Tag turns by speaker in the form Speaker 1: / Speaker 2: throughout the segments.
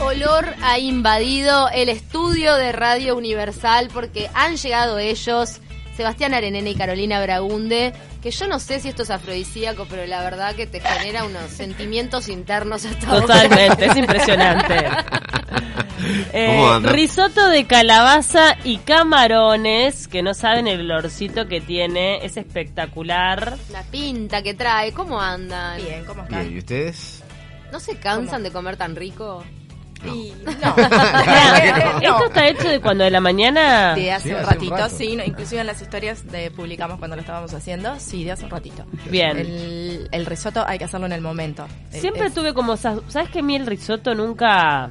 Speaker 1: olor ha invadido el estudio de Radio Universal porque han llegado ellos, Sebastián Arenena y Carolina Bragunde, que yo no sé si esto es afrodisíaco, pero la verdad que te genera unos sentimientos internos hasta ahora.
Speaker 2: Totalmente, es impresionante. Eh,
Speaker 3: ¿Cómo anda?
Speaker 2: risotto de calabaza y camarones, que no saben el olorcito que tiene, es espectacular.
Speaker 1: La pinta que trae, ¿cómo andan?
Speaker 4: Bien, ¿cómo están?
Speaker 3: Bien, ¿y ustedes?
Speaker 1: ¿No se cansan de comer tan rico?
Speaker 3: No.
Speaker 4: Y- no.
Speaker 2: Pará,
Speaker 4: No.
Speaker 2: Esto está hecho de cuando de la mañana...
Speaker 4: De hace
Speaker 3: Sí,
Speaker 4: un
Speaker 3: hace un
Speaker 4: ratito,
Speaker 3: rato.
Speaker 4: sí, no, inclusive en las historias de- publicamos cuando lo estábamos haciendo, sí, de hace un ratito.
Speaker 2: Bien.
Speaker 4: El, el risotto hay que hacerlo en el momento. Eh,
Speaker 2: Siempre
Speaker 4: es-
Speaker 2: tuve como... esas- ¿Sabes que a mí el risotto nunca...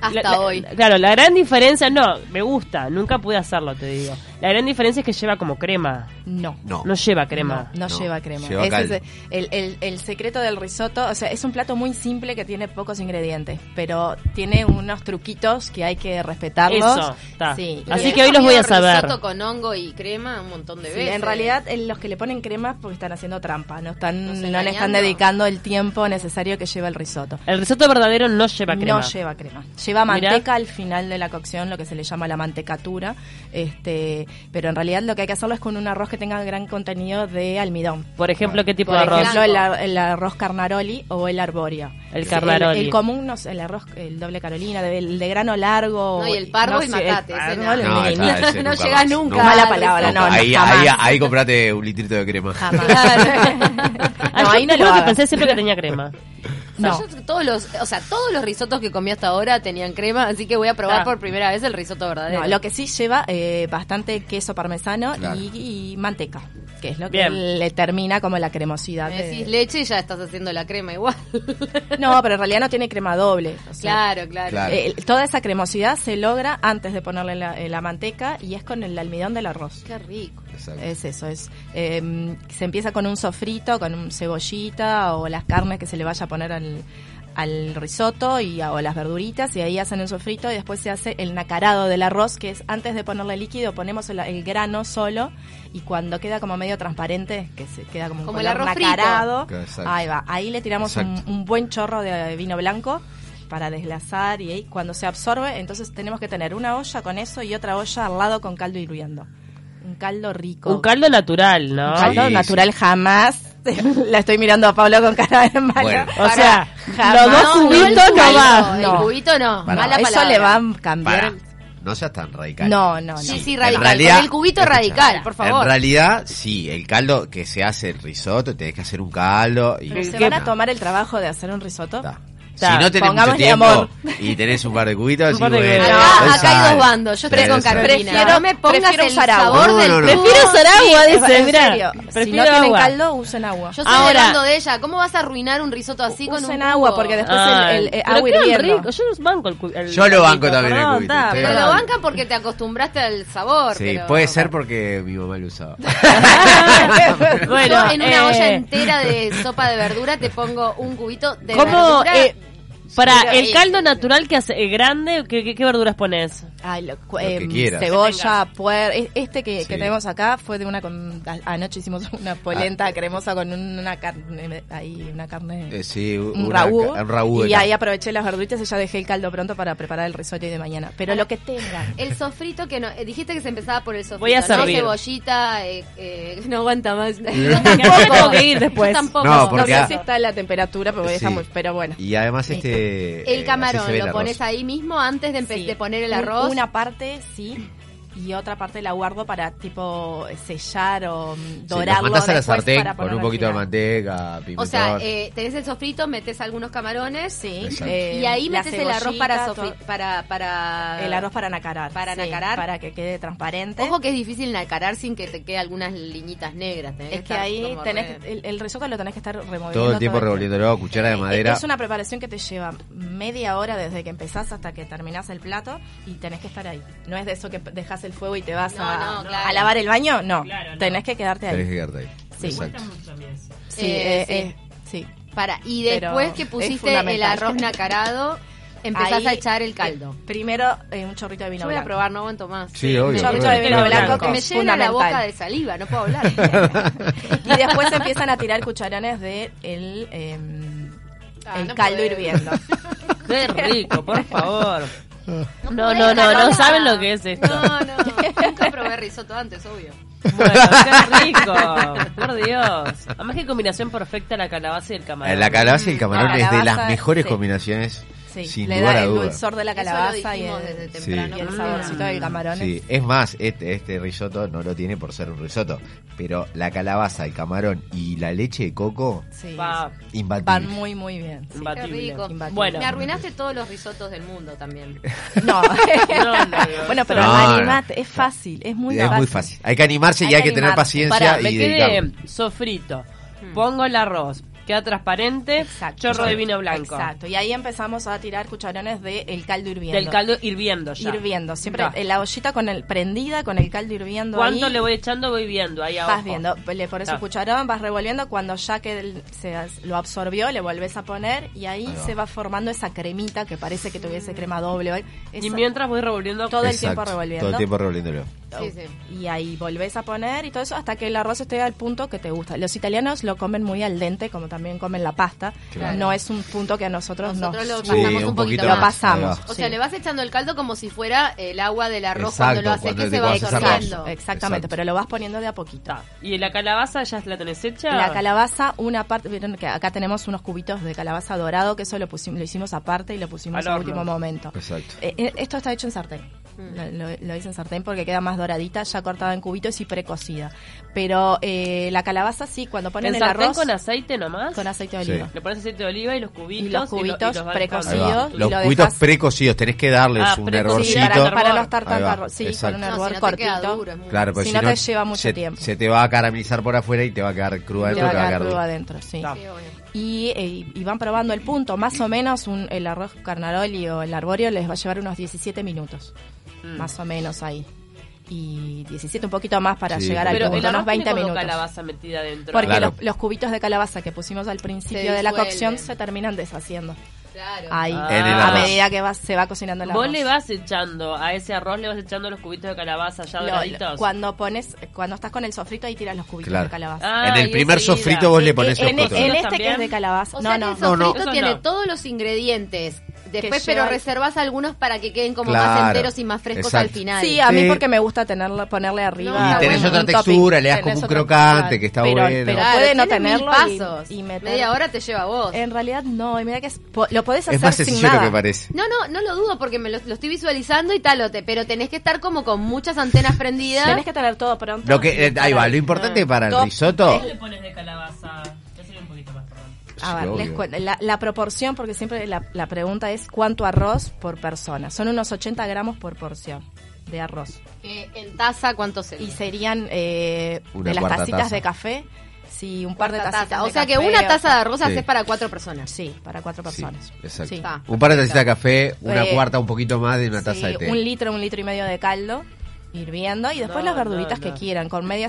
Speaker 1: Hasta
Speaker 2: La- la-
Speaker 1: hoy.
Speaker 2: Claro, la gran diferencia... No, me gusta, nunca pude hacerlo, te digo. La gran diferencia es que lleva como crema.
Speaker 4: No.
Speaker 3: No.
Speaker 2: No lleva crema.
Speaker 4: No,
Speaker 3: No,
Speaker 4: lleva crema.
Speaker 3: lleva
Speaker 4: Ese es
Speaker 3: caldo.
Speaker 4: el, el- el secreto del risotto. O sea, es un plato muy simple que tiene pocos ingredientes, pero tiene unos truquitos que hay que respetarlos.
Speaker 2: Eso, está.
Speaker 4: Sí.
Speaker 2: Así
Speaker 4: Y-
Speaker 2: que hoy los voy a saber.
Speaker 1: Risotto con hongo y crema un montón de
Speaker 4: sí,
Speaker 1: veces.
Speaker 4: en realidad eh, los que le ponen crema es porque están haciendo trampa, no están
Speaker 1: Nos
Speaker 4: no le están
Speaker 1: engañando.
Speaker 4: dedicando el tiempo necesario que lleva el risotto.
Speaker 2: El risotto verdadero no lleva crema.
Speaker 4: No lleva crema. Lleva
Speaker 2: Mirá.
Speaker 4: manteca al final de la cocción, lo que se le llama la mantecatura. Este, pero en realidad lo que hay que hacerlo es con un arroz que tenga gran contenido de almidón.
Speaker 2: Por ejemplo, ¿qué tipo
Speaker 4: Por
Speaker 2: de arroz?
Speaker 4: ejemplo, el, ar- el arroz carnaroli o el arborio.
Speaker 2: El
Speaker 4: Sí,
Speaker 2: carnaroli.
Speaker 4: El, común, no sé, el arroz, el doble carolina, de- el de grano largo.
Speaker 1: No, y
Speaker 2: Oh,
Speaker 1: el parvo y
Speaker 4: sé,
Speaker 1: matate,
Speaker 2: ah,
Speaker 4: el
Speaker 1: ese
Speaker 4: parvo,
Speaker 1: no.
Speaker 4: el
Speaker 3: esa-
Speaker 4: mini-
Speaker 3: ese
Speaker 1: No
Speaker 3: nunca
Speaker 1: llegás
Speaker 3: más,
Speaker 1: nunca
Speaker 3: nunca
Speaker 1: a la
Speaker 3: más.
Speaker 4: palabra, no, no,
Speaker 3: ahí,
Speaker 4: jamás.
Speaker 3: ahí, ahí comprate un litrito de crema.
Speaker 4: jamás.
Speaker 2: Ah,
Speaker 4: No,
Speaker 2: yo
Speaker 4: ahí no
Speaker 2: te juro
Speaker 4: lo
Speaker 2: que
Speaker 4: hagas.
Speaker 2: pensé siempre que tenía crema.
Speaker 1: O sea,
Speaker 4: No.
Speaker 1: yo todos los, o sea, todos los risotos que comí hasta ahora tenían crema, así que voy a probar
Speaker 2: Ah.
Speaker 1: por primera vez el risotto verdadero.
Speaker 4: No, lo que sí lleva eh, bastante queso parmesano
Speaker 3: Claro.
Speaker 4: y, y manteca, que es lo que
Speaker 2: Bien.
Speaker 4: le termina como la cremosidad.
Speaker 1: Me
Speaker 4: de-
Speaker 1: decís leche y ya estás haciendo la crema igual.
Speaker 4: No, pero en realidad no tiene crema doble. o sea,
Speaker 1: claro, claro.
Speaker 3: Claro.
Speaker 4: eh, toda esa cremosidad se logra antes de ponerle la, eh, la manteca y es con el almidón del arroz.
Speaker 1: Qué rico.
Speaker 3: Exacto.
Speaker 4: Es eso, es eh, se empieza con un sofrito, con un cebollita o las carnes que se le vaya a poner al, al risotto y a- o las verduritas y ahí hacen el sofrito y después se hace el nacarado del arroz que es antes de ponerle líquido ponemos el, el grano solo y cuando queda como medio transparente que se queda como, un
Speaker 1: Como el
Speaker 4: color
Speaker 1: arroz frito.
Speaker 4: nacarado
Speaker 3: Exacto.
Speaker 4: ahí va ahí le tiramos un,
Speaker 3: Exacto.
Speaker 4: un buen chorro de vino blanco para desglasar y ahí cuando se absorbe entonces tenemos que tener una olla con eso y otra olla al lado con caldo hirviendo un caldo rico
Speaker 2: Un caldo natural, ¿no?
Speaker 4: un caldo
Speaker 3: Sí,
Speaker 4: natural jamás. La estoy mirando a Pablo con cara de mala.
Speaker 3: Bueno.
Speaker 2: O sea,
Speaker 4: Jamás.
Speaker 2: los dos
Speaker 4: No,
Speaker 1: el
Speaker 2: juguitos no
Speaker 1: cubito,
Speaker 2: va.
Speaker 1: El
Speaker 4: no.
Speaker 1: cubito no.
Speaker 3: Pará.
Speaker 1: Mala
Speaker 4: eso
Speaker 1: palabra.
Speaker 4: le va a cambiar.
Speaker 3: Pará, no seas tan radical.
Speaker 4: No, no, no.
Speaker 1: Sí, sí,
Speaker 3: En
Speaker 1: radical.
Speaker 3: realidad-
Speaker 1: Con el cubito
Speaker 3: Escuchá,
Speaker 1: radical, por favor.
Speaker 3: En realidad, sí, el caldo que se hace, el risotto, tenés que hacer un caldo. Y,
Speaker 4: Pero se
Speaker 2: ¿Qué-
Speaker 4: van a tomar el trabajo de hacer un risotto.
Speaker 3: Está. Si
Speaker 2: Está,
Speaker 3: no tenés mucho
Speaker 4: pongámosle
Speaker 3: tiempo
Speaker 4: amor.
Speaker 3: y tenés un par de cubitos,
Speaker 2: Un par
Speaker 3: sí,
Speaker 2: de
Speaker 3: bueno,
Speaker 2: cubitos.
Speaker 1: Ah, Acá,
Speaker 3: es
Speaker 1: acá hay
Speaker 3: sal.
Speaker 1: dos bandos. Yo estoy
Speaker 3: Pero
Speaker 1: con
Speaker 3: es sal.
Speaker 1: Carolina.
Speaker 4: Prefiero-
Speaker 1: no me pongas
Speaker 4: prefiero
Speaker 1: el
Speaker 4: usar agua.
Speaker 1: sabor
Speaker 3: No,
Speaker 1: del
Speaker 3: no, no.
Speaker 1: tubo.
Speaker 2: Prefiero usar agua,
Speaker 4: Es-
Speaker 2: Ah, dice,
Speaker 4: en
Speaker 2: mirá.
Speaker 4: serio, si
Speaker 2: Prefiero
Speaker 4: no tienen
Speaker 2: agua.
Speaker 4: caldo, usen agua.
Speaker 1: Yo soy
Speaker 2: Ahora-
Speaker 1: hablando de ella. ¿Cómo vas a arruinar un risotto así con
Speaker 4: usen
Speaker 1: un
Speaker 4: agua
Speaker 1: cubo?
Speaker 4: porque después
Speaker 2: Ay,
Speaker 4: el, el, eh,
Speaker 2: Ah, pero
Speaker 4: agua
Speaker 2: quedan
Speaker 4: hirviendo.
Speaker 2: ricos. Yo los banco el, cu- el
Speaker 3: Yo lo banco
Speaker 2: cubito,
Speaker 3: también el
Speaker 2: perdón,
Speaker 3: cubito,
Speaker 2: está,
Speaker 3: estoy
Speaker 1: Pero
Speaker 2: perdón.
Speaker 1: lo bancan porque te acostumbraste al sabor.
Speaker 3: Sí,
Speaker 1: pero-
Speaker 3: puede ser porque mi mamá lo usaba.
Speaker 2: Bueno,
Speaker 1: Yo en una olla
Speaker 2: eh,
Speaker 1: entera de sopa de verdura te pongo un cubito de
Speaker 2: ¿Cómo?
Speaker 1: verdura.
Speaker 2: eh, para
Speaker 1: Pero,
Speaker 2: el
Speaker 1: eh,
Speaker 2: caldo natural que hace, eh, grande, ¿qué, qué, qué verduras pones?
Speaker 4: Ay, lo- cu-
Speaker 3: que
Speaker 4: em,
Speaker 3: quieras.
Speaker 4: cebolla, puer, es- este que,
Speaker 3: Sí. Ah.
Speaker 4: que tenemos acá fue de una con, a- anoche hicimos una polenta cremosa con una carne ahí una carne
Speaker 3: Eh, sí,
Speaker 4: un
Speaker 3: una-
Speaker 4: ragú,
Speaker 3: un ragú de
Speaker 4: y
Speaker 3: cal-
Speaker 4: ahí aproveché las verduritas y ya dejé el caldo pronto para preparar el risotto de mañana. Pero lo que tengan.
Speaker 1: El sofrito que no. eh, dijiste que se empezaba por el sofrito.
Speaker 2: Voy a
Speaker 1: ¿no?
Speaker 2: servir.
Speaker 1: Cebollita, eh, eh, no aguanta más.
Speaker 3: Yo
Speaker 2: tengo que ir después.
Speaker 4: pues.
Speaker 1: Yo tampoco.
Speaker 3: No,
Speaker 4: No
Speaker 3: porque-
Speaker 4: sé si está la temperatura, pero,
Speaker 3: Sí.
Speaker 4: está muy- pero bueno.
Speaker 3: Y además este... eh,
Speaker 1: El
Speaker 3: así
Speaker 1: camarón,
Speaker 3: se ve el
Speaker 1: ¿lo
Speaker 3: arroz.
Speaker 1: pones ahí mismo antes de, empe-
Speaker 4: Sí.
Speaker 1: de poner el
Speaker 4: Un-
Speaker 1: arroz?
Speaker 4: Una parte sí y otra parte la guardo para tipo sellar o mm,
Speaker 3: Sí,
Speaker 4: dorarlo.
Speaker 3: los mandás a la
Speaker 4: después
Speaker 3: sartén
Speaker 4: para
Speaker 3: con un
Speaker 4: ponerlo
Speaker 3: poquito de
Speaker 4: al final.
Speaker 3: manteca, pimentón.
Speaker 1: o sea, eh, tenés el sofrito, metes algunos camarones.
Speaker 4: Sí,
Speaker 3: Exacto.
Speaker 4: eh,
Speaker 1: Y ahí
Speaker 4: la
Speaker 1: metes el arroz para,
Speaker 4: cebollita,
Speaker 1: sofri- para, para.
Speaker 4: todo- El arroz para nacarar.
Speaker 1: Para
Speaker 4: sí,
Speaker 1: nacarar.
Speaker 4: Para que quede transparente.
Speaker 1: Ojo que es difícil nacarar sin que te quede algunas liñitas negras. tenés
Speaker 4: es que
Speaker 1: estar
Speaker 4: ahí
Speaker 1: como
Speaker 4: tenés,
Speaker 1: re-
Speaker 4: que- el, el risotto lo tenés que estar removiendo.
Speaker 3: todo el tiempo revolviéndolo, cuchara de
Speaker 4: Eh,
Speaker 3: madera.
Speaker 4: Es una preparación que te lleva media hora desde que empezás hasta que terminás el plato y tenés que estar ahí. No es de eso que dejas el fuego y te vas
Speaker 1: No,
Speaker 4: a,
Speaker 1: no, claro.
Speaker 4: a lavar el baño, no.
Speaker 2: Claro, no.
Speaker 4: Tenés que quedarte ahí.
Speaker 3: Tenés que quedarte ahí.
Speaker 4: Sí.
Speaker 3: Exacto.
Speaker 4: Sí,
Speaker 1: Eh,
Speaker 4: eh,
Speaker 1: sí.
Speaker 4: eh, sí.
Speaker 1: Para, y
Speaker 4: Pero
Speaker 1: después que
Speaker 4: es
Speaker 1: pusiste
Speaker 4: fundamental.
Speaker 1: el arroz nacarado, empezás
Speaker 4: Ahí,
Speaker 1: a echar el caldo.
Speaker 4: eh, primero eh, un chorrito de vino
Speaker 1: Yo voy a
Speaker 4: blanco.
Speaker 1: probar, no aguanto más.
Speaker 3: Sí, obvio.
Speaker 4: Yo- yo
Speaker 3: obvio.
Speaker 4: de vino
Speaker 3: Claro.
Speaker 4: blanco
Speaker 1: Porque me
Speaker 4: Es
Speaker 1: llena la boca
Speaker 4: fundamental.
Speaker 1: de saliva, no puedo hablar.
Speaker 4: Y después empiezan a tirar cucharones de el, eh,
Speaker 1: Ah,
Speaker 4: el
Speaker 1: no
Speaker 4: caldo
Speaker 1: podés.
Speaker 4: hirviendo.
Speaker 2: Qué rico, por favor. No, no, no, no saben lo que es esto.
Speaker 1: No, no. Nunca probé risotto antes, obvio.
Speaker 2: Bueno, qué rico. Por Dios. Además, qué combinación perfecta la calabaza y el camarón.
Speaker 3: La calabaza y el camarón
Speaker 4: La
Speaker 3: es de las
Speaker 4: calabaza,
Speaker 3: mejores
Speaker 4: sí.
Speaker 3: combinaciones,
Speaker 4: Sí,
Speaker 3: sin
Speaker 4: le
Speaker 3: lugar
Speaker 4: da
Speaker 3: a
Speaker 4: el
Speaker 3: duda.
Speaker 4: dulzor de la
Speaker 1: Eso lo
Speaker 4: calabaza y
Speaker 1: dijimos
Speaker 4: el,
Speaker 1: desde
Speaker 3: Sí.
Speaker 1: temprano.
Speaker 4: y el
Speaker 1: Mm.
Speaker 4: saborcito del camarón.
Speaker 3: Sí, es más, este, este risotto no lo tiene por ser un risotto, pero la calabaza, el camarón y la leche de coco
Speaker 4: Sí,
Speaker 2: Va,
Speaker 4: van
Speaker 3: imbatible.
Speaker 4: muy, muy bien. sí.
Speaker 1: Qué
Speaker 2: imbatible.
Speaker 1: rico.
Speaker 4: Imbatible.
Speaker 2: Bueno.
Speaker 1: Me arruinaste todos los risotos del mundo también.
Speaker 4: No.
Speaker 2: No, no, no.
Speaker 4: bueno, pero
Speaker 3: No, no.
Speaker 4: animate, es fácil, es muy
Speaker 3: es
Speaker 4: fácil.
Speaker 3: muy fácil. Hay que animarse y
Speaker 4: Hay
Speaker 3: hay
Speaker 4: que
Speaker 3: que tener
Speaker 4: animarse.
Speaker 3: paciencia
Speaker 2: Pará, me
Speaker 3: y
Speaker 2: quedé
Speaker 3: dedicarle.
Speaker 2: sofrito. Pongo el arroz. Queda transparente.
Speaker 4: Hmm. Exacto.
Speaker 2: Chorro de vino blanco.
Speaker 4: Exacto, y ahí empezamos a tirar cucharones del caldo hirviendo.
Speaker 2: Del caldo hirviendo ya.
Speaker 4: hirviendo, siempre
Speaker 2: Va.
Speaker 4: en la ollita con el prendida con el caldo hirviendo
Speaker 2: ¿Cuánto
Speaker 4: ahí.
Speaker 2: le voy echando? Voy viendo ahí abajo.
Speaker 4: Vas viendo, le pones
Speaker 2: Ah.
Speaker 4: un cucharón, vas revolviendo, cuando ya que el- se as- lo absorbió, le volvés a poner y ahí
Speaker 3: Ahí va.
Speaker 4: se va formando esa cremita que parece que tuviese crema doble. o algo.
Speaker 2: Y
Speaker 4: Esa-
Speaker 2: mientras voy revolviendo
Speaker 4: Todo el
Speaker 3: Exacto,
Speaker 4: tiempo revolviendo.
Speaker 3: Todo el tiempo revolviéndolo.
Speaker 1: Sí, sí.
Speaker 4: Y ahí volvés a poner y todo eso hasta que el arroz esté al punto que te gusta. Los italianos lo comen muy al dente, como también comen la pasta.
Speaker 3: Claro.
Speaker 4: No es un punto que a nosotros,
Speaker 1: Nosotros
Speaker 4: nos...
Speaker 1: lo pasamos un,
Speaker 3: Sí,
Speaker 1: poquito
Speaker 3: un poquito
Speaker 1: más.
Speaker 4: Lo pasamos.
Speaker 3: Ahí
Speaker 1: O sea,
Speaker 4: sí.
Speaker 1: le vas echando el caldo como si fuera el agua del arroz cuando
Speaker 3: Exacto,
Speaker 1: lo haces,
Speaker 3: cuando
Speaker 1: que
Speaker 3: te
Speaker 1: se va
Speaker 3: haces arroz.
Speaker 1: absorbiendo.
Speaker 4: Exactamente,
Speaker 3: Exacto.
Speaker 4: pero lo vas poniendo de a poquito.
Speaker 2: Está. ¿Y la calabaza ya la tenés hecha?
Speaker 4: La calabaza, una parte, vieron que acá tenemos unos cubitos de calabaza dorado, que eso lo, pusimos, lo hicimos aparte y lo pusimos
Speaker 2: Al
Speaker 4: al
Speaker 2: horno.
Speaker 4: último momento.
Speaker 3: Exacto.
Speaker 4: Eh, eh, esto está hecho en sartén.
Speaker 1: Mm.
Speaker 4: Lo, lo- lo hice en sartén porque queda más doradita, ya cortada en cubitos y precocida. Pero eh, la calabaza sí, cuando ponen
Speaker 2: ¿En
Speaker 4: el
Speaker 2: sartén
Speaker 4: arroz
Speaker 2: con aceite nomás?
Speaker 4: con aceite de
Speaker 3: Sí.
Speaker 4: oliva.
Speaker 2: Le pones aceite de oliva y los cubitos.
Speaker 4: Y los cubitos
Speaker 2: y lo- y los vas
Speaker 4: precocidos.
Speaker 3: Ahí va.
Speaker 4: y
Speaker 3: Los
Speaker 4: lo
Speaker 3: cubitos
Speaker 4: dejas-
Speaker 3: precocidos, tenés que darles
Speaker 2: Ah,
Speaker 3: un
Speaker 2: precocidos.
Speaker 4: Sí,
Speaker 3: hervorcito.
Speaker 4: para, para no estar
Speaker 3: Ahí
Speaker 4: tanto
Speaker 3: va,
Speaker 4: arroz. Sí,
Speaker 3: exacto.
Speaker 4: con un
Speaker 1: No,
Speaker 4: hervor
Speaker 1: si no te queda
Speaker 4: cortito.
Speaker 1: duro, es muy-
Speaker 3: Claro, porque
Speaker 4: Si no te lleva mucho
Speaker 3: se,
Speaker 4: tiempo.
Speaker 3: Se te va a caramelizar por afuera y te va a quedar cruda
Speaker 4: Te
Speaker 3: adentro. te
Speaker 4: va a
Speaker 3: va a
Speaker 4: quedar
Speaker 3: quedar
Speaker 4: crudo
Speaker 3: dura.
Speaker 4: adentro, sí.
Speaker 2: Está.
Speaker 1: Sí, obvio.
Speaker 4: Y, eh, y van probando el punto. Más o menos un- el arroz carnaroli o el arborio les va a llevar unos 17 minutos.
Speaker 2: Mm.
Speaker 4: Más o menos ahí. Y 17 un poquito más para
Speaker 3: Sí,
Speaker 4: llegar al
Speaker 2: Pero
Speaker 4: punto,
Speaker 2: el arroz
Speaker 4: unos 20
Speaker 2: tiene como
Speaker 4: minutos.
Speaker 2: calabaza metida dentro.
Speaker 4: Porque
Speaker 3: Claro.
Speaker 4: los, los cubitos de calabaza que pusimos al principio
Speaker 1: Se
Speaker 4: de la
Speaker 1: disuelven.
Speaker 4: cocción se terminan deshaciendo.
Speaker 1: Claro.
Speaker 4: Ahí,
Speaker 2: En el
Speaker 4: a
Speaker 2: arroz.
Speaker 4: medida que va- se va cocinando el arroz.
Speaker 2: Vos le vas echando a ese arroz, le vas echando los cubitos de calabaza ya
Speaker 4: Lo-
Speaker 2: doraditos.
Speaker 4: cuando pones, cuando estás con el sofrito ahí tiras los cubitos
Speaker 3: Claro.
Speaker 4: de calabaza.
Speaker 2: Ah,
Speaker 3: en
Speaker 2: y
Speaker 3: el primer
Speaker 2: enseguida.
Speaker 3: sofrito vos le pones
Speaker 4: en, en
Speaker 3: esos
Speaker 4: este
Speaker 3: cosas.
Speaker 4: que es de
Speaker 2: también?
Speaker 4: calabaza.
Speaker 1: O
Speaker 4: no,
Speaker 1: sea
Speaker 4: no,
Speaker 1: que el sofrito
Speaker 2: Eso
Speaker 1: tiene
Speaker 2: no.
Speaker 1: todos los ingredientes. Después,
Speaker 4: Que
Speaker 1: pero
Speaker 4: lleva-
Speaker 1: reservas algunos para que queden como
Speaker 3: Claro.
Speaker 1: más enteros y más frescos
Speaker 3: Exacto.
Speaker 1: al final.
Speaker 4: Sí, a mí
Speaker 3: Sí.
Speaker 4: porque me gusta tenerlo, ponerle arriba.
Speaker 1: Y tenés
Speaker 3: otra
Speaker 4: un
Speaker 3: textura, le das
Speaker 4: Tenés
Speaker 3: como un
Speaker 4: otra-
Speaker 3: crocante, que está
Speaker 4: pero,
Speaker 3: bueno.
Speaker 4: Pero
Speaker 1: Claro,
Speaker 4: puede no
Speaker 1: tiene mil
Speaker 4: tenerlo y-
Speaker 1: pasos.
Speaker 4: y, meter-
Speaker 1: Media hora te lleva vos.
Speaker 4: En realidad no, y mira que es- po- lo podés hacer
Speaker 3: Es más
Speaker 4: sin
Speaker 3: sencillo
Speaker 4: nada.
Speaker 3: lo que parece.
Speaker 1: No, no, no lo dudo porque me lo, lo estoy visualizando y talote, pero tenés que estar como con muchas antenas prendidas.
Speaker 4: Tenés que tener todo pronto.
Speaker 3: Lo que, eh, ahí va, lo importante para el risotto.
Speaker 2: ¿Qué le pones de calabaza? Ya sería un poquito más, perdón.
Speaker 4: A
Speaker 3: Sí,
Speaker 4: ver, les
Speaker 3: obvio.
Speaker 4: cuento, la, la proporción, porque siempre la, la pregunta es cuánto arroz por persona. Son unos 80 gramos por porción de arroz.
Speaker 1: Eh, en taza, ¿cuánto se?
Speaker 4: Y serían eh,
Speaker 3: Una
Speaker 4: de las
Speaker 3: cuarta
Speaker 4: tacitas
Speaker 3: taza.
Speaker 4: de café, sí, un par de
Speaker 1: Cuarta
Speaker 4: tacitas.
Speaker 1: taza.
Speaker 4: de
Speaker 1: O sea que
Speaker 4: café,
Speaker 1: una taza de arroz
Speaker 3: Sí.
Speaker 1: haces para cuatro personas.
Speaker 4: Sí, para cuatro personas.
Speaker 3: Sí, exacto.
Speaker 4: Sí.
Speaker 1: Ah,
Speaker 3: Un par de tacitas de café, una
Speaker 4: Eh,
Speaker 3: cuarta, un poquito más de una
Speaker 4: Sí,
Speaker 3: taza de té.
Speaker 4: un litro, un litro y medio de caldo hirviendo y después
Speaker 2: No,
Speaker 4: las verduritas
Speaker 2: no, no.
Speaker 4: que quieran, con media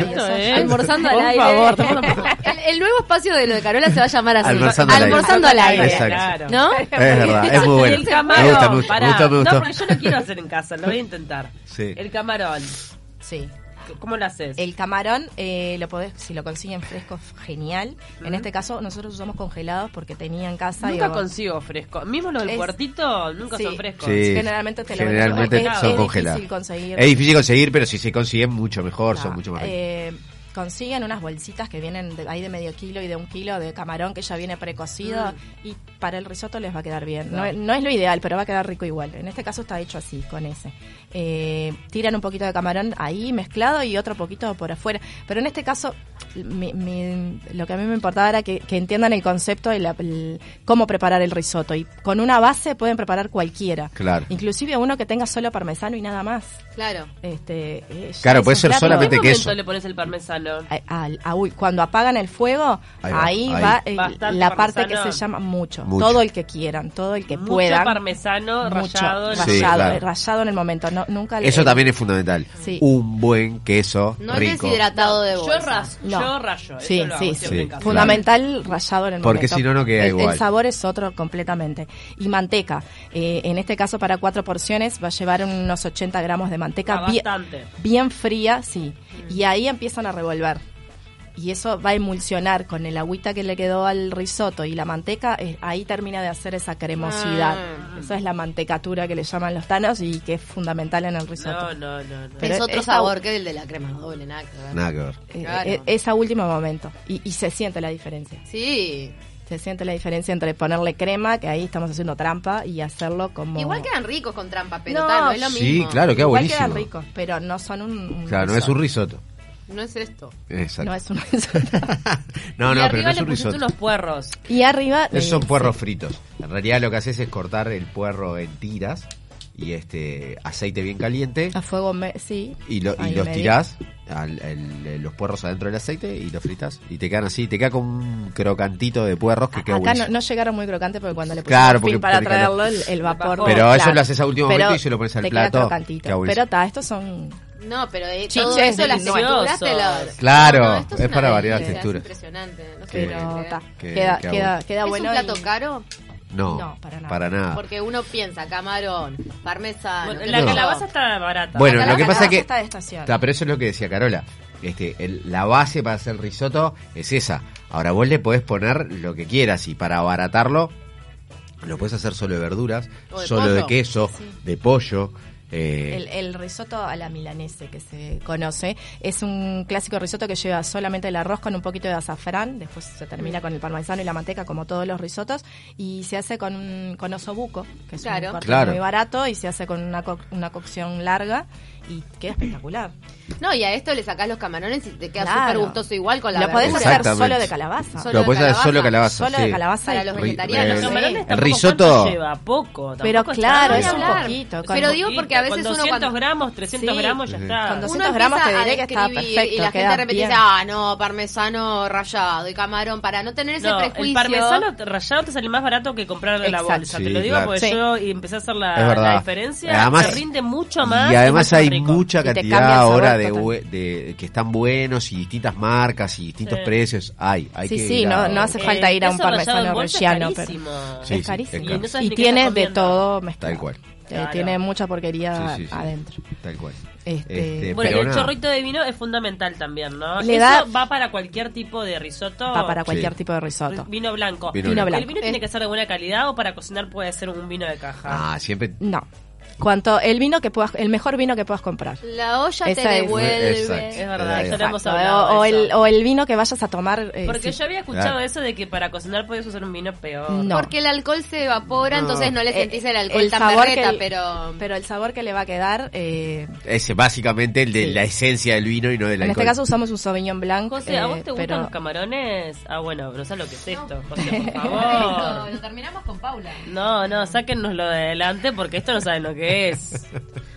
Speaker 4: y
Speaker 2: Esto
Speaker 4: eso.
Speaker 1: eh.
Speaker 2: es-
Speaker 1: Almorzando al
Speaker 2: Por
Speaker 1: aire.
Speaker 2: favor, tampoco-
Speaker 1: El, el nuevo espacio de lo de Carola se va a llamar así.
Speaker 3: Almorzando al aire.
Speaker 1: Almorzando al aire.
Speaker 3: Exacto.
Speaker 2: Claro.
Speaker 1: ¿No?
Speaker 3: Es verdad, es muy bueno.
Speaker 2: El camarón,
Speaker 3: Me gusta, me gusta,
Speaker 2: pará.
Speaker 3: me gusta, me gusta.
Speaker 2: No, porque yo lo quiero hacer en casa, lo voy a intentar.
Speaker 3: Sí.
Speaker 2: El camarón,
Speaker 4: Sí.
Speaker 2: ¿cómo lo haces?
Speaker 4: El camarón, eh, lo podés, si lo consiguen fresco, genial. En
Speaker 2: Ujú.
Speaker 4: este caso, nosotros usamos congelados porque tenía en casa.
Speaker 2: Nunca
Speaker 4: digo,
Speaker 2: consigo fresco. Mismo los del
Speaker 4: Es-
Speaker 2: puertito nunca
Speaker 4: Sí.
Speaker 2: son frescos.
Speaker 3: Sí,
Speaker 4: Generalmente te lo
Speaker 3: generalmente
Speaker 4: venden
Speaker 3: son
Speaker 4: congelado.
Speaker 3: congelados.
Speaker 4: Es difícil conseguir.
Speaker 3: Es difícil conseguir, pero si se consiguen, mucho mejor, son
Speaker 4: Ah,
Speaker 3: mucho más ricos.
Speaker 4: eh, consiguen unas bolsitas que vienen de, ahí de medio kilo y de un kilo de camarón que ya viene precocido y para el risotto les va a quedar bien. No,
Speaker 2: Claro.
Speaker 4: no es lo ideal, pero va a quedar rico igual. En este caso está hecho así, con ese. Eh, tiran un poquito de camarón ahí mezclado y otro poquito por afuera. Pero en este caso, mi- mi- lo que a mí me importaba era que, que entiendan el concepto y la- el- cómo preparar el risotto. Y con una base pueden preparar cualquiera.
Speaker 3: Claro.
Speaker 4: Inclusive uno que tenga solo parmesano y nada más.
Speaker 1: Claro.
Speaker 4: Este, eh, ya
Speaker 3: Claro,
Speaker 4: es
Speaker 3: puede
Speaker 4: un
Speaker 3: ser
Speaker 4: plato.
Speaker 2: ¿En
Speaker 3: solamente
Speaker 2: qué
Speaker 3: que
Speaker 2: momento
Speaker 3: eso.
Speaker 2: le pones el parmesano?
Speaker 4: a- al- a- uy, cuando apagan el fuego,
Speaker 3: Ahí
Speaker 4: ahí
Speaker 3: va,
Speaker 4: va,
Speaker 3: ahí.
Speaker 4: eh,
Speaker 2: Bastante
Speaker 4: la parte que
Speaker 2: parmesano.
Speaker 4: se llama mucho,
Speaker 3: Mucho.
Speaker 4: Todo el que quieran, todo el que
Speaker 2: Mucho
Speaker 4: puedan.
Speaker 2: parmesano
Speaker 4: Mucho,
Speaker 2: rallado.
Speaker 3: Sí,
Speaker 4: rallado,
Speaker 3: claro.
Speaker 4: eh, rallado en el momento. No, nunca le-
Speaker 3: Eso también es fundamental.
Speaker 4: Sí.
Speaker 3: Un buen queso
Speaker 1: No es
Speaker 3: rico.
Speaker 1: deshidratado de
Speaker 2: Yo,
Speaker 1: bolsa.
Speaker 2: ras-
Speaker 4: No.
Speaker 2: yo rayo. eso lo
Speaker 4: Sí,
Speaker 2: hago
Speaker 4: sí,
Speaker 2: siempre
Speaker 3: sí.
Speaker 2: en casa.
Speaker 4: Fundamental rallado en el
Speaker 3: Porque
Speaker 4: momento.
Speaker 3: si no, no queda
Speaker 4: El-
Speaker 3: igual.
Speaker 4: El sabor es otro completamente. Y manteca. eh, en este caso, para cuatro porciones, va a llevar unos 80 gramos de manteca
Speaker 2: Ah,
Speaker 4: bien,
Speaker 2: bastante.
Speaker 4: bien fría, sí. Y ahí empiezan a revolver. y eso va a emulsionar con el agüita que le quedó al risotto y la manteca, eh, ahí termina de hacer esa cremosidad.
Speaker 2: Ah.
Speaker 4: Esa es la mantecatura que le llaman los tanos y que es fundamental en el risotto.
Speaker 2: No, no, no. no.
Speaker 4: Pero
Speaker 1: es otro
Speaker 4: esta-
Speaker 1: sabor que el de la crema doble, nada que ver.
Speaker 3: Nada que ver.
Speaker 4: Eh,
Speaker 1: Claro.
Speaker 4: eh, esa última momento. Y, y se siente la diferencia.
Speaker 1: Sí.
Speaker 4: Se siente la diferencia entre ponerle crema, que ahí estamos haciendo trampa, y hacerlo como...
Speaker 1: Igual quedan ricos con trampa, pero
Speaker 4: No,
Speaker 1: tal, no es lo
Speaker 3: Sí,
Speaker 1: mismo.
Speaker 3: claro, queda
Speaker 4: Igual
Speaker 3: buenísimo.
Speaker 4: quedan ricos, pero no son un... un
Speaker 3: Claro, no es un
Speaker 4: risotto.
Speaker 3: risotto.
Speaker 1: No es esto.
Speaker 3: Exacto.
Speaker 4: No es un risotto.
Speaker 3: no,
Speaker 2: y
Speaker 3: no, pero no
Speaker 2: arriba
Speaker 3: es un
Speaker 2: le pusiste
Speaker 3: risotto.
Speaker 2: unos puerros.
Speaker 4: y arriba...
Speaker 3: Esos son
Speaker 4: eh,
Speaker 3: puerros fritos. En realidad lo que haces es cortar el puerro en tiras y este aceite bien caliente
Speaker 2: Ah.
Speaker 4: A fuego, me- sí.
Speaker 3: y, lo- y
Speaker 4: Ahí
Speaker 3: los
Speaker 4: me di.
Speaker 3: tirás, al- el- los puerros adentro del aceite y los fritas. Y te quedan así, te queda con un crocantito de puerros que queda
Speaker 4: Acá no,
Speaker 3: buenísimo.
Speaker 4: no llegaron muy crocantes porque cuando le pusieron
Speaker 3: Claro, porque-
Speaker 4: fin para
Speaker 3: porque
Speaker 4: traerlo
Speaker 3: no.
Speaker 4: el, el vapor.
Speaker 2: Pero
Speaker 4: claro.
Speaker 3: eso lo haces a último momento
Speaker 4: Pero
Speaker 3: y se lo pones al
Speaker 4: te queda
Speaker 3: plato.
Speaker 4: crocantito.
Speaker 3: Qué bueno.
Speaker 4: Pero está, estos son.
Speaker 1: No, pero eh,
Speaker 4: Chiches
Speaker 1: todo eso, las
Speaker 4: deliciosos.
Speaker 1: texturas te lo...
Speaker 3: Claro,
Speaker 1: esto
Speaker 3: es
Speaker 1: una
Speaker 3: para variar
Speaker 1: delicia,
Speaker 3: las texturas.
Speaker 1: Es impresionante. No sé
Speaker 3: Qué-
Speaker 1: lo que
Speaker 4: Pero
Speaker 1: es.
Speaker 4: está.
Speaker 3: qué-
Speaker 4: Queda,
Speaker 3: qué
Speaker 4: queda,
Speaker 3: bueno.
Speaker 4: queda
Speaker 1: ¿Es
Speaker 4: bueno.
Speaker 1: un plato
Speaker 4: y-
Speaker 1: caro?
Speaker 3: No,
Speaker 4: No, para nada.
Speaker 3: Ah.
Speaker 1: Porque uno piensa camarón, parmesano...
Speaker 2: La
Speaker 1: qué sé yo.
Speaker 2: calabaza está barata.
Speaker 3: Bueno,
Speaker 1: Ojalá
Speaker 3: lo que
Speaker 1: la
Speaker 3: pasa es
Speaker 4: Calabaza
Speaker 3: que.
Speaker 4: está de estación.
Speaker 3: Ta, pero eso es lo que decía Carola. Este, el- la base para hacer risotto es esa. Ahora vos le podés poner lo que quieras y para abaratarlo lo puedes hacer solo de verduras,
Speaker 1: O de
Speaker 3: solo de
Speaker 1: pollo.
Speaker 3: queso, de pollo. eh,
Speaker 4: El, el risotto a la milanese que se conoce es un clásico risotto que lleva solamente el arroz con un poquito de azafrán, después se termina con el parmesano y la manteca como todos los risotos y se hace con un- con osobuco, que es
Speaker 1: Claro.
Speaker 4: un corte
Speaker 3: Claro.
Speaker 4: muy barato y se hace con una, co- una cocción larga y queda espectacular.
Speaker 1: No, y a esto le sacás los camarones y te queda
Speaker 4: Claro.
Speaker 1: súper gustoso igual con la
Speaker 4: Lo podés
Speaker 1: verdura.
Speaker 4: hacer
Speaker 3: Exactamente.
Speaker 4: solo de calabaza.
Speaker 1: Solo
Speaker 3: lo
Speaker 1: de
Speaker 3: podés hacer solo
Speaker 1: calabaza.
Speaker 3: calabaza.
Speaker 4: Solo de
Speaker 3: sí.
Speaker 4: calabaza
Speaker 1: Para
Speaker 4: y-
Speaker 1: los
Speaker 3: Ri-
Speaker 1: vegetarianos,
Speaker 3: eh,
Speaker 1: sí.
Speaker 3: el risotto-
Speaker 2: lleva poco.
Speaker 4: Pero
Speaker 2: tampoco
Speaker 4: claro,
Speaker 2: es
Speaker 1: es
Speaker 2: tan-
Speaker 1: un
Speaker 2: Ni hablar.
Speaker 4: poquito,
Speaker 2: Es
Speaker 4: con
Speaker 1: Pero
Speaker 2: un
Speaker 1: digo
Speaker 2: poquito,
Speaker 1: porque a veces
Speaker 2: con
Speaker 1: uno
Speaker 2: 200
Speaker 1: cuando-
Speaker 2: gramos, 300
Speaker 4: Sí.
Speaker 2: gramos ya
Speaker 3: Ujú.
Speaker 2: está.
Speaker 4: Con 200
Speaker 1: uno
Speaker 4: gramos te
Speaker 1: empieza a
Speaker 4: diré que está
Speaker 1: describir
Speaker 4: perfecto,
Speaker 1: y la gente
Speaker 4: queda
Speaker 1: de repente
Speaker 4: bien.
Speaker 1: dice, ah, no, parmesano rallado y camarón, para no tener ese
Speaker 2: No,
Speaker 1: prejuicio.
Speaker 2: el parmesano rallado te sale más barato que comprarlo en la
Speaker 4: Exacto.
Speaker 2: bolsa.
Speaker 3: Sí,
Speaker 2: te lo digo
Speaker 3: claro.
Speaker 2: porque
Speaker 4: Sí.
Speaker 2: yo y empecé a hacer la,
Speaker 3: Es verdad.
Speaker 2: la diferencia.
Speaker 3: Además-
Speaker 2: se rinde mucho más.
Speaker 3: y además
Speaker 2: mucho más
Speaker 3: hay
Speaker 2: rico.
Speaker 3: mucha
Speaker 4: Y te
Speaker 3: cantidad
Speaker 4: cambia el sabor
Speaker 3: ahora de,
Speaker 4: total.
Speaker 3: hue- de- que están buenos y distintas marcas y distintos
Speaker 2: Sí.
Speaker 3: precios. Hay, hay
Speaker 4: Sí,
Speaker 3: que
Speaker 4: sí,
Speaker 3: ir a-
Speaker 4: no hace falta ir a un
Speaker 2: Eh, queso rallado
Speaker 4: parmesano
Speaker 2: en bolsa es
Speaker 4: reggiano, pero-
Speaker 2: carísimo.
Speaker 3: Sí,
Speaker 4: es carísimo.
Speaker 3: es caro.
Speaker 2: Y no sabes ni
Speaker 4: Y
Speaker 2: qué
Speaker 4: tiene
Speaker 2: estás
Speaker 4: de
Speaker 2: comiendo.
Speaker 4: todo mezclado.
Speaker 3: Tal cual.
Speaker 4: Eh,
Speaker 2: Claro.
Speaker 4: Tiene mucha porquería
Speaker 3: Sí, sí, sí.
Speaker 4: adentro.
Speaker 3: Tal cual.
Speaker 4: Este,
Speaker 3: Este,
Speaker 2: Bueno,
Speaker 3: pero
Speaker 2: el
Speaker 3: nada.
Speaker 2: chorrito de vino es fundamental también, ¿no?
Speaker 4: Le
Speaker 2: Eso
Speaker 4: da-
Speaker 2: va para cualquier tipo de risotto.
Speaker 4: Va para
Speaker 3: Sí.
Speaker 4: cualquier tipo de risotto.
Speaker 2: Vino blanco.
Speaker 3: Vino
Speaker 4: Vino
Speaker 3: blanco.
Speaker 2: ¿El vino tiene que ser de buena calidad o para cocinar puede ser un vino de caja?
Speaker 3: Ah, siempre
Speaker 4: No. Cuanto el vino que puedas, el mejor vino que puedas comprar.
Speaker 1: La olla te
Speaker 4: Esa es-
Speaker 1: devuelve.
Speaker 3: Exacto.
Speaker 2: es verdad, Ah, eso
Speaker 3: Exacto.
Speaker 2: lo hemos hablado.
Speaker 4: O, o
Speaker 2: eso.
Speaker 4: el, o el vino que vayas a tomar. eh,
Speaker 2: Porque
Speaker 4: sí.
Speaker 2: yo había escuchado
Speaker 3: Claro.
Speaker 2: eso de que para cocinar podías usar un vino peor.
Speaker 4: No.
Speaker 1: Porque el alcohol se evapora,
Speaker 3: No.
Speaker 1: entonces no le
Speaker 4: Eh,
Speaker 1: sentís el alcohol tan
Speaker 4: sabor que
Speaker 1: berreta,
Speaker 4: el-
Speaker 1: pero...
Speaker 4: pero el sabor que le va a quedar. eh,
Speaker 3: es básicamente el de
Speaker 4: Sí.
Speaker 3: la esencia del vino y no del
Speaker 4: en este
Speaker 3: alcohol.
Speaker 4: caso usamos un Sauvignon Blanc.
Speaker 2: José, ¿a vos
Speaker 4: eh,
Speaker 2: te gustan
Speaker 4: pero-
Speaker 2: los camarones? Ah, bueno, no sé lo que es esto. José, por
Speaker 1: Eso,
Speaker 2: favor.
Speaker 1: lo terminamos con Paula.
Speaker 2: No, no, sáquennoslo de adelante porque esto no saben lo que es.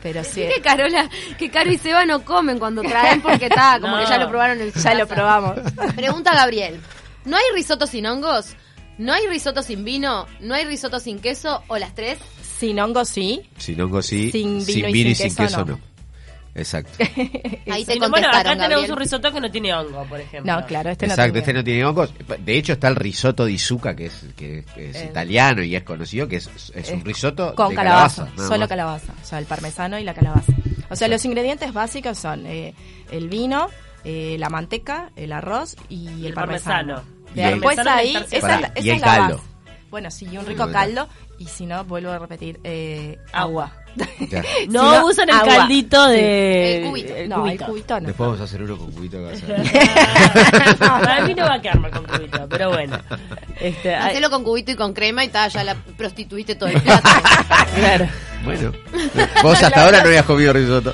Speaker 4: Pero sí.
Speaker 1: Sí, que Carola, que Caro y Seba no comen cuando traen porque está, como
Speaker 2: No.
Speaker 1: que ya lo probaron en su
Speaker 4: Ya lo
Speaker 1: casa.
Speaker 4: probamos.
Speaker 1: Pregunta Gabriel. ¿No hay risotto sin hongos? ¿No hay risotto sin vino? ¿No hay risotto sin queso? ¿O las tres?
Speaker 4: Sin hongo sí.
Speaker 3: Sin hongo sí,
Speaker 4: Sin
Speaker 3: sin
Speaker 4: vino y
Speaker 3: vino y
Speaker 4: sin
Speaker 3: sin queso
Speaker 4: queso, no. Este
Speaker 3: no. Exacto.
Speaker 1: Ahí
Speaker 2: Sí,
Speaker 1: te
Speaker 2: no, bueno, acá
Speaker 1: contestaron,
Speaker 2: tenemos un
Speaker 1: Gabriel.
Speaker 2: risotto que no tiene hongo, por ejemplo.
Speaker 4: No, claro, este no
Speaker 3: Exacto,
Speaker 4: tiene.
Speaker 3: este no tiene hongos. De hecho está el risotto di zucca, que es, que es- que es italiano y es conocido, que es, es un
Speaker 4: Es
Speaker 3: risotto
Speaker 4: Eh. Con
Speaker 3: de
Speaker 4: calabaza,
Speaker 3: calabaza. nada
Speaker 4: solo
Speaker 3: más.
Speaker 4: calabaza, o sea, el parmesano y la calabaza. O sea, los ingredientes básicos son eh, el vino, eh, la manteca, el arroz y el,
Speaker 2: El
Speaker 4: parmesano.
Speaker 2: parmesano.
Speaker 4: De
Speaker 3: Y el-
Speaker 4: Después
Speaker 2: parmesano
Speaker 4: ahí,
Speaker 2: del
Speaker 4: esa,
Speaker 2: tercero.
Speaker 4: es la-
Speaker 3: Pará, y
Speaker 4: esa
Speaker 3: el
Speaker 4: es la
Speaker 3: caldo.
Speaker 4: base. Bueno, sí, y un
Speaker 3: Sí,
Speaker 4: rico
Speaker 3: bueno.
Speaker 4: caldo y si no, vuelvo a repetir, eh, agua.
Speaker 3: Ya.
Speaker 2: No
Speaker 4: Si no,
Speaker 2: usan el
Speaker 4: agua.
Speaker 2: caldito
Speaker 1: Sí,
Speaker 2: de.
Speaker 1: el cubito.
Speaker 2: Ah, el
Speaker 4: no,
Speaker 2: cubito.
Speaker 4: el cubito no.
Speaker 3: Después vamos a hacer uno con cubito de calabaza.
Speaker 2: Para mí no va a quedar mal con cubito, pero bueno. Este, ay-
Speaker 1: Hacelo con cubito y con crema y ta, ya la prostituiste todo el plato.
Speaker 2: claro.
Speaker 3: Bueno, vos hasta ahora no habías comido risotto.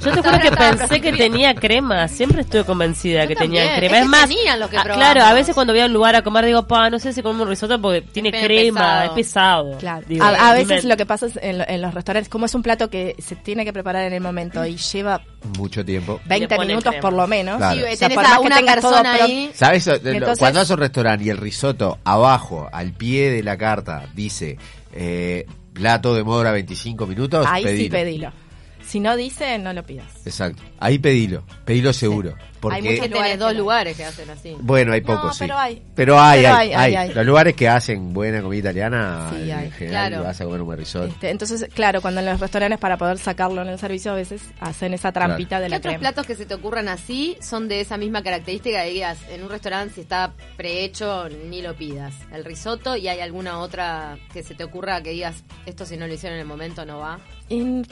Speaker 2: Yo te juro que pensé que tenía crema, siempre estuve convencida
Speaker 1: Yo
Speaker 2: que tenía
Speaker 1: también,
Speaker 2: crema.
Speaker 1: es
Speaker 2: Es,
Speaker 1: que
Speaker 2: más,
Speaker 1: tenían los que
Speaker 2: ah,
Speaker 1: probamos.
Speaker 2: claro, a veces cuando voy a un lugar a comer digo, pa, no sé si comemos un risotto porque tiene
Speaker 1: pe-
Speaker 2: crema,
Speaker 1: pesado".
Speaker 2: es pesado.
Speaker 4: Claro.
Speaker 2: Digo,
Speaker 4: a, a
Speaker 2: dime-
Speaker 4: veces lo que pasa es en, lo- en los restaurantes, como es un plato que se tiene que preparar en el momento y lleva
Speaker 3: Mucho tiempo.
Speaker 2: le
Speaker 4: 20
Speaker 2: ponen
Speaker 4: minutos
Speaker 2: crema.
Speaker 4: por lo menos,
Speaker 3: Claro. Sí,
Speaker 4: o sea,
Speaker 1: tenés
Speaker 4: por
Speaker 1: a
Speaker 4: más que
Speaker 1: una
Speaker 4: tengas todo
Speaker 1: persona
Speaker 4: pro-
Speaker 1: ahí.
Speaker 3: ¿Sabes? Lo- lo-
Speaker 4: Entonces-
Speaker 3: Cuando vas a un restaurante y el risotto abajo, al pie de la carta, dice eh, plato demora 25 minutos,
Speaker 4: Ahí sí
Speaker 3: pedilo.
Speaker 4: pedilo. Si no dice, no lo pidas.
Speaker 3: Exacto. Ahí pedilo. Pedilo seguro.
Speaker 1: Hay
Speaker 3: Porque,
Speaker 1: muchos lugares,
Speaker 4: Hay lugares
Speaker 1: dos
Speaker 4: que no.
Speaker 1: lugares que hacen así.
Speaker 3: bueno, hay
Speaker 4: No,
Speaker 3: pocos, sí.
Speaker 4: pero hay.
Speaker 3: Pero hay,
Speaker 4: Pero
Speaker 3: hay,
Speaker 4: hay, hay,
Speaker 3: hay.
Speaker 4: hay.
Speaker 3: Los lugares que hacen buena comida italiana,
Speaker 4: Sí,
Speaker 3: en
Speaker 4: hay,
Speaker 3: general
Speaker 1: claro.
Speaker 3: vas a comer un buen risotto.
Speaker 4: Este, entonces, claro, cuando en los restaurantes para poder sacarlo en el servicio a veces hacen esa trampita de
Speaker 1: ¿Qué
Speaker 4: la
Speaker 1: otros
Speaker 4: crema.
Speaker 1: platos que se te ocurran así son de esa misma característica? Dirías, en un restaurante si está prehecho, ni lo pidas. El risotto y hay alguna otra que se te ocurra que digas, esto si no lo hicieron en el momento no va.
Speaker 4: Y-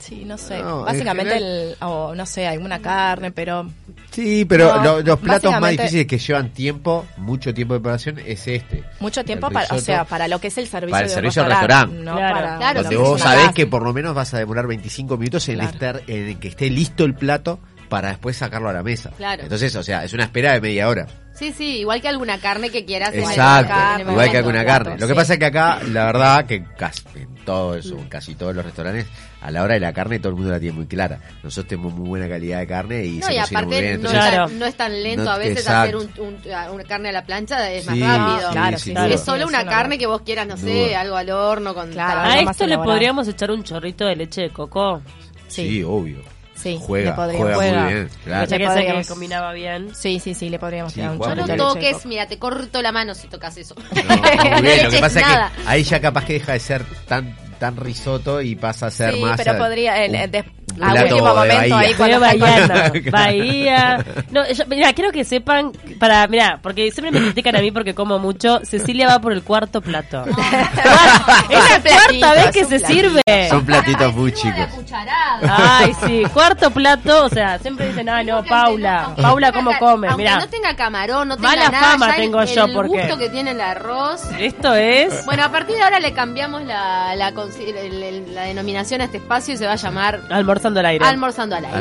Speaker 4: sí, no sé.
Speaker 3: No, en
Speaker 4: Básicamente,
Speaker 3: general-
Speaker 4: el- o no sé, alguna carne, pero
Speaker 3: Sí, pero
Speaker 4: No,
Speaker 3: lo- los platos más
Speaker 4: básicamente-
Speaker 3: difíciles que llevan tiempo, mucho tiempo de preparación, es este.
Speaker 4: mucho tiempo
Speaker 3: El
Speaker 4: para, o
Speaker 3: risotto.
Speaker 4: sea, para lo que es el servicio
Speaker 3: Para el
Speaker 4: de
Speaker 3: servicio al
Speaker 4: un restaurante,
Speaker 3: restaurante.
Speaker 4: no
Speaker 2: Claro.
Speaker 4: para
Speaker 1: Claro,
Speaker 3: donde
Speaker 4: lo
Speaker 1: sí,
Speaker 4: que es
Speaker 3: vos
Speaker 4: una
Speaker 3: sabés
Speaker 4: casa.
Speaker 3: que por lo menos vas a demorar 25 minutos en
Speaker 4: Claro.
Speaker 3: estar en que esté listo el plato para después sacarlo a la mesa.
Speaker 1: Claro.
Speaker 3: Entonces, o sea, es una espera de media hora.
Speaker 1: Sí, sí, igual que alguna carne que quieras. en el
Speaker 3: Exacto,
Speaker 1: carne, en el
Speaker 3: igual que
Speaker 1: momento.
Speaker 3: alguna
Speaker 4: plato,
Speaker 3: carne. Lo que
Speaker 4: sí.
Speaker 3: pasa es que acá, la verdad, que casi en todos, o en casi todos los restaurantes, a la hora de la carne todo el mundo la tiene muy clara. Nosotros tenemos muy buena calidad de carne y
Speaker 1: No,
Speaker 3: se
Speaker 1: y
Speaker 3: cocina muy bien.
Speaker 1: aparte no,
Speaker 3: entonces-
Speaker 1: es
Speaker 2: Claro.
Speaker 1: tan- no es tan lento
Speaker 3: No,
Speaker 1: a veces hacer
Speaker 3: exacto.
Speaker 1: un, un- a- una carne a la plancha, es
Speaker 3: Sí,
Speaker 1: más rápido.
Speaker 3: sí,
Speaker 4: Claro,
Speaker 3: sin
Speaker 4: sí,
Speaker 3: duda.
Speaker 1: Es solo
Speaker 4: Sí,
Speaker 1: una
Speaker 4: es una
Speaker 1: carne
Speaker 4: verdad.
Speaker 1: que vos quieras, no
Speaker 3: Sin
Speaker 1: sé,
Speaker 3: duda.
Speaker 1: algo al horno con
Speaker 4: Claro.
Speaker 1: tal-
Speaker 2: A
Speaker 4: algo más
Speaker 2: esto le
Speaker 4: elaborado.
Speaker 2: podríamos echar un chorrito de leche de coco.
Speaker 3: Sí,
Speaker 4: Sí.
Speaker 3: obvio.
Speaker 4: Sí, le
Speaker 3: juega,
Speaker 4: podría-
Speaker 3: juega,
Speaker 4: juega.
Speaker 3: muy bien. Claro.
Speaker 4: Le
Speaker 2: Ya que sé que
Speaker 4: podríamos-
Speaker 2: combinaba bien.
Speaker 4: Sí, sí, sí, le podríamos
Speaker 3: Sí,
Speaker 4: tirar un
Speaker 3: Juan,
Speaker 1: No
Speaker 4: chorrito
Speaker 1: lo
Speaker 3: Claro.
Speaker 4: de leche de
Speaker 1: toques,
Speaker 4: coco.
Speaker 1: mira, te corto la mano si tocas eso.
Speaker 3: No, muy bien.
Speaker 1: le
Speaker 3: Lo que
Speaker 1: eches
Speaker 3: pasa es
Speaker 1: nada.
Speaker 3: que ahí ya capaz que deja de ser tan tan risoto y pasa a ser
Speaker 4: Sí,
Speaker 3: más.
Speaker 4: pero
Speaker 3: eh,
Speaker 4: podría, el-
Speaker 3: un-
Speaker 4: el de-
Speaker 3: un
Speaker 4: a
Speaker 3: plato
Speaker 4: último
Speaker 3: de
Speaker 4: momento ahí
Speaker 3: Bahía.
Speaker 4: cuando
Speaker 2: Fue
Speaker 4: está
Speaker 2: Bahía,
Speaker 4: el
Speaker 3: pan.
Speaker 2: no. Bahía. No, yo- mira, quiero que sepan, para, mira, porque siempre me critican a mí porque como mucho, Cecilia va por el cuarto plato.
Speaker 1: Ah.
Speaker 2: es la
Speaker 4: un platito,
Speaker 2: cuarta vez
Speaker 4: es
Speaker 2: que
Speaker 4: un
Speaker 2: se
Speaker 4: platito.
Speaker 2: sirve.
Speaker 3: Son platitos
Speaker 1: Recibo
Speaker 3: muy
Speaker 1: de
Speaker 3: chicos.
Speaker 1: a cucharadas.
Speaker 2: Ay, sí, cuarto plato, o sea, siempre dicen, ah, no,
Speaker 1: Aunque
Speaker 2: Paula,
Speaker 1: aunque
Speaker 2: Paula,
Speaker 1: no
Speaker 2: ¿cómo
Speaker 1: tenga-
Speaker 2: come?
Speaker 1: Aunque
Speaker 2: Mira,
Speaker 1: no tenga camarón, no tenga
Speaker 2: Mala
Speaker 1: nada,
Speaker 2: fama
Speaker 1: ya el-
Speaker 2: tengo yo,
Speaker 1: el
Speaker 2: porque-
Speaker 1: gusto que tiene el arroz.
Speaker 2: esto es...
Speaker 1: Bueno, a partir de ahora le cambiamos la, la consi- el- el- la denominación a este espacio y se va a llamar
Speaker 2: Almorzando al aire.
Speaker 1: Almorzando al aire.